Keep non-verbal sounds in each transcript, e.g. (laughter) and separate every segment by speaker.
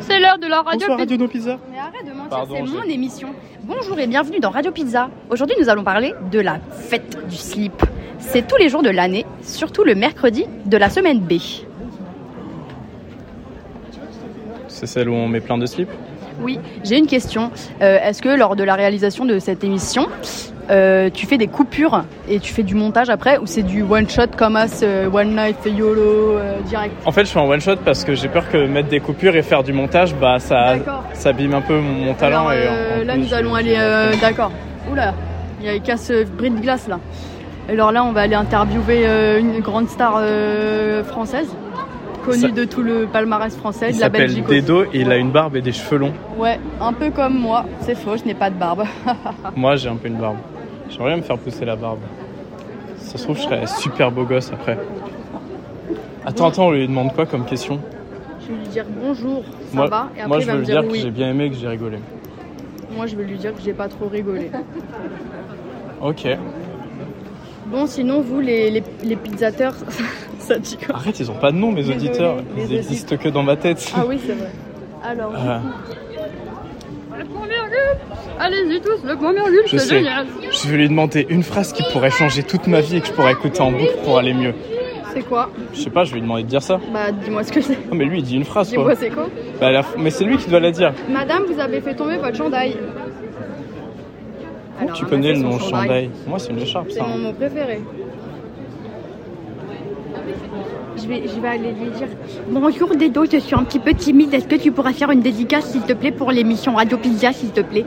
Speaker 1: C'est l'heure de la radio.
Speaker 2: Bonsoir Radio No Pizza.
Speaker 1: Mais arrête de mentir,
Speaker 3: Pardon,
Speaker 1: c'est
Speaker 3: j'ai-
Speaker 1: mon émission. Bonjour et bienvenue dans Radio Pizza. Aujourd'hui, nous allons parler de la fête du slip. C'est tous les jours de l'année, surtout le mercredi de la semaine B.
Speaker 3: C'est celle où on met plein de slips
Speaker 1: Oui, j'ai une question. Euh, Est-ce que lors de la réalisation de cette émission, euh, tu fais des coupures et tu fais du montage après ou c'est du one shot comme as, euh, one night, YOLO, euh, direct
Speaker 3: En fait, je suis en one shot parce que j'ai peur que mettre des coupures et faire du montage, bah ça,
Speaker 1: D'accord.
Speaker 3: ça abîme un peu mon, mon talent.
Speaker 1: Alors,
Speaker 3: et en-
Speaker 1: euh,
Speaker 3: en
Speaker 1: là,
Speaker 3: plus,
Speaker 1: nous
Speaker 3: je-
Speaker 1: allons
Speaker 3: je-
Speaker 1: aller. euh, D'accord. Oula, il y a une casse euh, bris de glace là. Alors là, on va aller interviewer euh, une grande star euh, française, connue
Speaker 3: Ça-
Speaker 1: de tout le palmarès français,
Speaker 3: Il
Speaker 1: de la
Speaker 3: s'appelle
Speaker 1: Belgique. aussi.
Speaker 3: Dedo et il a une barbe et des cheveux longs.
Speaker 1: Ouais, un peu comme moi. C'est faux, je n'ai pas de barbe.
Speaker 3: Moi, j'ai un peu une barbe. J'aimerais bien me faire pousser la barbe. Si ça se trouve, je serais super beau gosse après. Attends, attends, on lui demande quoi comme question
Speaker 1: Je vais lui dire bonjour, ça
Speaker 3: Moi,
Speaker 1: va, et après
Speaker 3: moi,
Speaker 1: il
Speaker 3: je
Speaker 1: va
Speaker 3: veux
Speaker 1: me
Speaker 3: lui
Speaker 1: dire,
Speaker 3: dire que j'ai
Speaker 1: oui.
Speaker 3: bien aimé, que j'ai rigolé.
Speaker 1: Moi, je vais lui dire que j'ai pas trop rigolé. (laughs)
Speaker 3: Ok.
Speaker 1: bon, sinon, vous, les, les, les pizzateurs, (laughs) ça dit quoi
Speaker 3: Arrête, ils ont pas de nom, mes
Speaker 1: Désolée,
Speaker 3: auditeurs. Ils
Speaker 1: désolée.
Speaker 3: existent que dans ma tête.
Speaker 1: Ah oui, c'est vrai. Alors,
Speaker 3: Euh,
Speaker 1: allez-y tous, le bon virgule,
Speaker 3: Je sais. Je vais lui demander une phrase qui pourrait changer toute ma vie et que je pourrais écouter en boucle pour aller mieux.
Speaker 1: C'est quoi
Speaker 3: Je sais pas, je vais lui demander de dire ça.
Speaker 1: Bah, dis-moi ce que c'est.
Speaker 3: Non mais lui il dit une phrase quoi.
Speaker 1: Dis-moi, c'est quoi
Speaker 3: Bah, la- Mais c'est lui qui doit la dire.
Speaker 1: Madame, vous avez fait tomber votre chandail.
Speaker 3: Comment
Speaker 1: Ah,
Speaker 3: tu connais le nom chandail Moi c'est une écharpe
Speaker 1: C'est
Speaker 3: ça.
Speaker 1: mon mot préféré. Je vais, je vais aller lui dire Bonjour Dedo, je suis un petit peu timide. Est-ce que tu pourras faire une dédicace s'il te plaît pour l'émission Radio Pizza s'il te plaît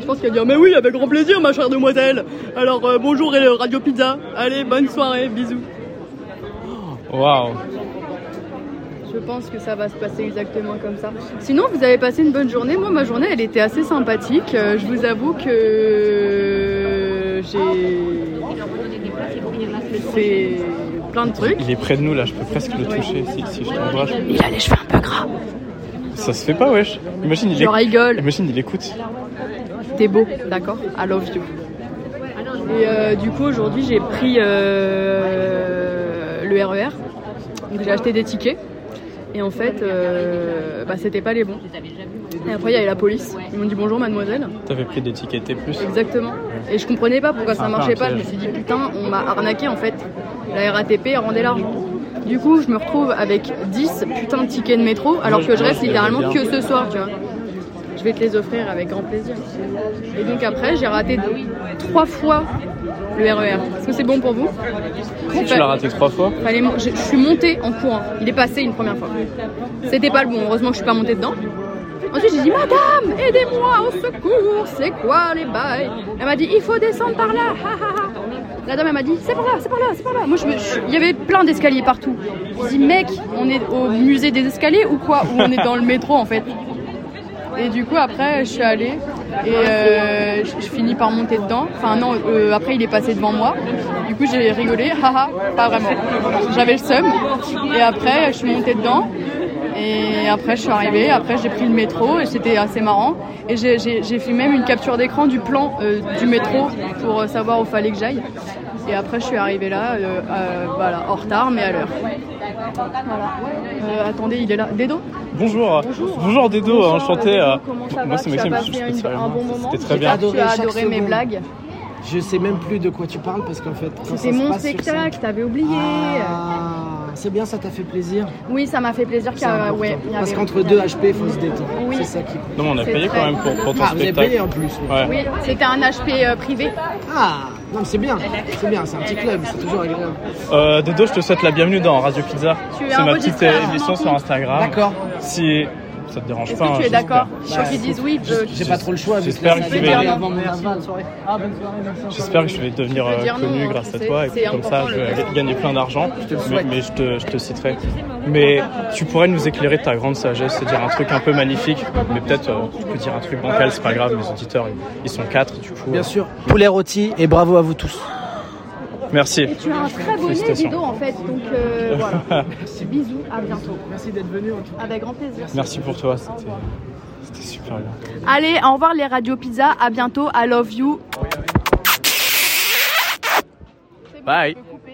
Speaker 4: Je pense qu'elle dit ah, Mais oui, avec grand plaisir, ma chère demoiselle. Alors euh, bonjour et le Radio Pizza. Allez, bonne soirée, bisous.
Speaker 3: Waouh.
Speaker 1: Je pense que ça va se passer exactement comme ça. Sinon, vous avez passé une bonne journée. Moi, ma journée, elle était assez sympathique. Euh, Je vous avoue que j'ai fait plein de trucs.
Speaker 3: Il est près de nous là, je peux presque le toucher si, si je t'embrasse.
Speaker 1: Il a les cheveux un peu gras.
Speaker 3: Ça se fait pas wesh. Imagine il,
Speaker 1: Je
Speaker 3: éc-
Speaker 1: rigole.
Speaker 3: Imagine il écoute.
Speaker 1: T'es beau, d'accord I love you. Et euh, du coup, aujourd'hui, j'ai pris euh, le RER. Donc, j'ai acheté des tickets. Et en fait, euh, bah, c'était pas les bons. Et après, il y avait la police. Ils m'ont dit bonjour, mademoiselle.
Speaker 3: T'avais pris des tickets T+.
Speaker 1: Exactement. Et je comprenais pas pourquoi ça
Speaker 3: Ah,
Speaker 1: marchait
Speaker 3: pas
Speaker 1: pas.
Speaker 3: un
Speaker 1: Je me
Speaker 3: piège.
Speaker 1: suis dit putain, on m'a arnaqué en fait. La RATP rendait l'argent. Du coup, je me retrouve avec 10 putains de tickets de métro alors
Speaker 3: Moi,
Speaker 1: que je
Speaker 3: moi,
Speaker 1: reste
Speaker 3: je
Speaker 1: littéralement
Speaker 3: les
Speaker 1: que
Speaker 3: aime
Speaker 1: ce soir, tu vois. Je vais te les offrir avec grand plaisir. Et donc après, j'ai raté trois fois le RER. Est-ce que c'est bon pour vous
Speaker 3: Comment tu
Speaker 1: Fa-
Speaker 3: l'as raté trois fois
Speaker 1: fallait mon- je, je suis montée en courant. Il est passé une première fois. C'était pas le bon. Heureusement que je suis pas montée dedans. Ensuite, j'ai dit Madame, aidez-moi au secours. C'est quoi les bails Elle m'a dit Il faut descendre par là. Ha, ha, ha. La dame elle m'a dit C'est par là, c'est par là, c'est par là. Moi, je me- je- il y avait plein d'escaliers partout. Je dis Mec, on est au musée des escaliers ou quoi Ou on est dans le métro en fait et du coup, après, je suis allée et euh, je, je finis par monter dedans. Enfin, non, euh, après, il est passé devant moi. Du coup, j'ai rigolé, (laughs) haha, pas vraiment. J'avais le seum. Et après, je suis montée dedans. Et après, je suis arrivée. Après, j'ai pris le métro et c'était assez marrant. Et j'ai- j'ai j'ai fait même une capture d'écran du plan euh, du métro pour euh, savoir où fallait que j'aille. Et après, je suis arrivée là, euh, euh, voilà, en retard, mais à l'heure. Voilà. Euh, attendez, il est là. Dedo
Speaker 3: Bonjour.
Speaker 1: Bonjour.
Speaker 3: Dedo,
Speaker 1: Bonsoir,
Speaker 3: enchanté.
Speaker 1: Dedo,
Speaker 3: euh,
Speaker 1: comment ça
Speaker 3: Moi
Speaker 1: va
Speaker 3: c'est
Speaker 1: Tu as
Speaker 3: Maxime, je
Speaker 1: passé
Speaker 3: suis
Speaker 1: un- un bon moment
Speaker 3: C'était très bien.
Speaker 1: J'espère que Tu as
Speaker 5: Adoré chaque
Speaker 1: adoré mes
Speaker 5: seconde.
Speaker 1: blagues.
Speaker 5: Je sais même plus de quoi tu parles parce qu'en fait, quand
Speaker 1: C'était
Speaker 5: ça se
Speaker 1: mon
Speaker 5: passe sur
Speaker 1: spectacle,
Speaker 5: scène-
Speaker 1: t'avais oublié.
Speaker 5: Ah, c'est bien, ça t'a fait plaisir.
Speaker 1: Oui, ça m'a fait plaisir qu'il
Speaker 5: C'est
Speaker 1: y a-
Speaker 5: important.
Speaker 1: ouais, il y
Speaker 5: parce
Speaker 1: avait-
Speaker 5: qu'entre deux HP, il faut se détendre.
Speaker 1: Oui.
Speaker 5: C'est ça qui compte.
Speaker 3: Non mais on a
Speaker 1: C'est
Speaker 3: payé
Speaker 1: très-
Speaker 3: quand même pour, pour ton
Speaker 5: Ah, vous avez
Speaker 3: spectacle.
Speaker 5: payé en plus. oui.
Speaker 3: Ouais.
Speaker 1: hein. Oui, c'était un HP euh, privé.
Speaker 5: Ah, non, mais c'est bien. C'est bien, c'est un petit club, c'est toujours agréable.
Speaker 3: Euh, Dedo, je te souhaite la bienvenue dans Radio Pizza.
Speaker 1: Tu es
Speaker 3: C'est ma
Speaker 1: enregistré
Speaker 3: petite
Speaker 1: à
Speaker 3: euh,
Speaker 1: mon
Speaker 3: émission
Speaker 1: compte.
Speaker 3: sur Instagram.
Speaker 5: D'accord.
Speaker 3: Si ça te dérange
Speaker 1: Est-ce
Speaker 3: pas,
Speaker 1: que tu
Speaker 3: hein,
Speaker 1: es d'accord
Speaker 3: j'espère-
Speaker 1: Je crois qu'ils disent oui. je-
Speaker 5: J'ai pas trop le choix. avec
Speaker 3: J'espère
Speaker 5: la-
Speaker 3: que tu
Speaker 5: la-
Speaker 3: vas-
Speaker 5: avant mon aval.
Speaker 3: J'espère que je vais devenir
Speaker 1: Je peux
Speaker 3: euh,
Speaker 1: dire non,
Speaker 3: connu
Speaker 1: hein,
Speaker 3: grâce à
Speaker 1: c'est-
Speaker 3: toi et
Speaker 1: c'est
Speaker 3: puis comme ça
Speaker 1: important,
Speaker 3: je
Speaker 1: le
Speaker 3: vais gagner plein d'argent. Mais,
Speaker 5: souhaite.
Speaker 3: mais je, te, je te citerai. Mais tu pourrais nous éclairer de ta grande sagesse et dire un truc un peu magnifique. Mais peut-être euh, tu peux dire un truc bancal, c'est pas grave, mes auditeurs ils, ils sont quatre du coup. euh,
Speaker 5: Bien sûr, poulet rôti et bravo à vous tous.
Speaker 3: Merci.
Speaker 1: Et tu as un très beau nez,
Speaker 3: Félicitations.
Speaker 1: Dido, en fait. Donc
Speaker 3: (laughs)
Speaker 1: euh, voilà. Bisous, à bientôt.
Speaker 5: Merci d'être venu.
Speaker 1: Avec grand plaisir.
Speaker 3: Merci pour toi, c'était c'était super bien.
Speaker 1: Allez, au revoir les Radio Pizza. À bientôt. I love you.
Speaker 3: Bye.
Speaker 1: Je peux couper.